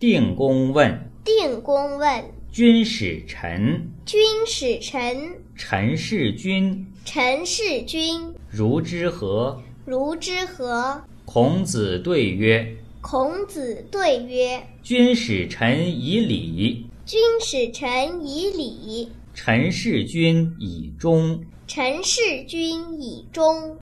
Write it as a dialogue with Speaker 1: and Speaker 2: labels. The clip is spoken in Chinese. Speaker 1: 定公问
Speaker 2: 定公问
Speaker 1: 君使臣，
Speaker 2: 君使臣，
Speaker 1: 臣事君，
Speaker 2: 臣事君，
Speaker 1: 如之何？
Speaker 2: 如之何？
Speaker 1: 孔子对曰
Speaker 2: 孔子对曰：“
Speaker 1: 君使臣以礼，：“
Speaker 2: 君使臣以礼，
Speaker 1: 臣事君以忠。”
Speaker 2: 臣事君以忠。”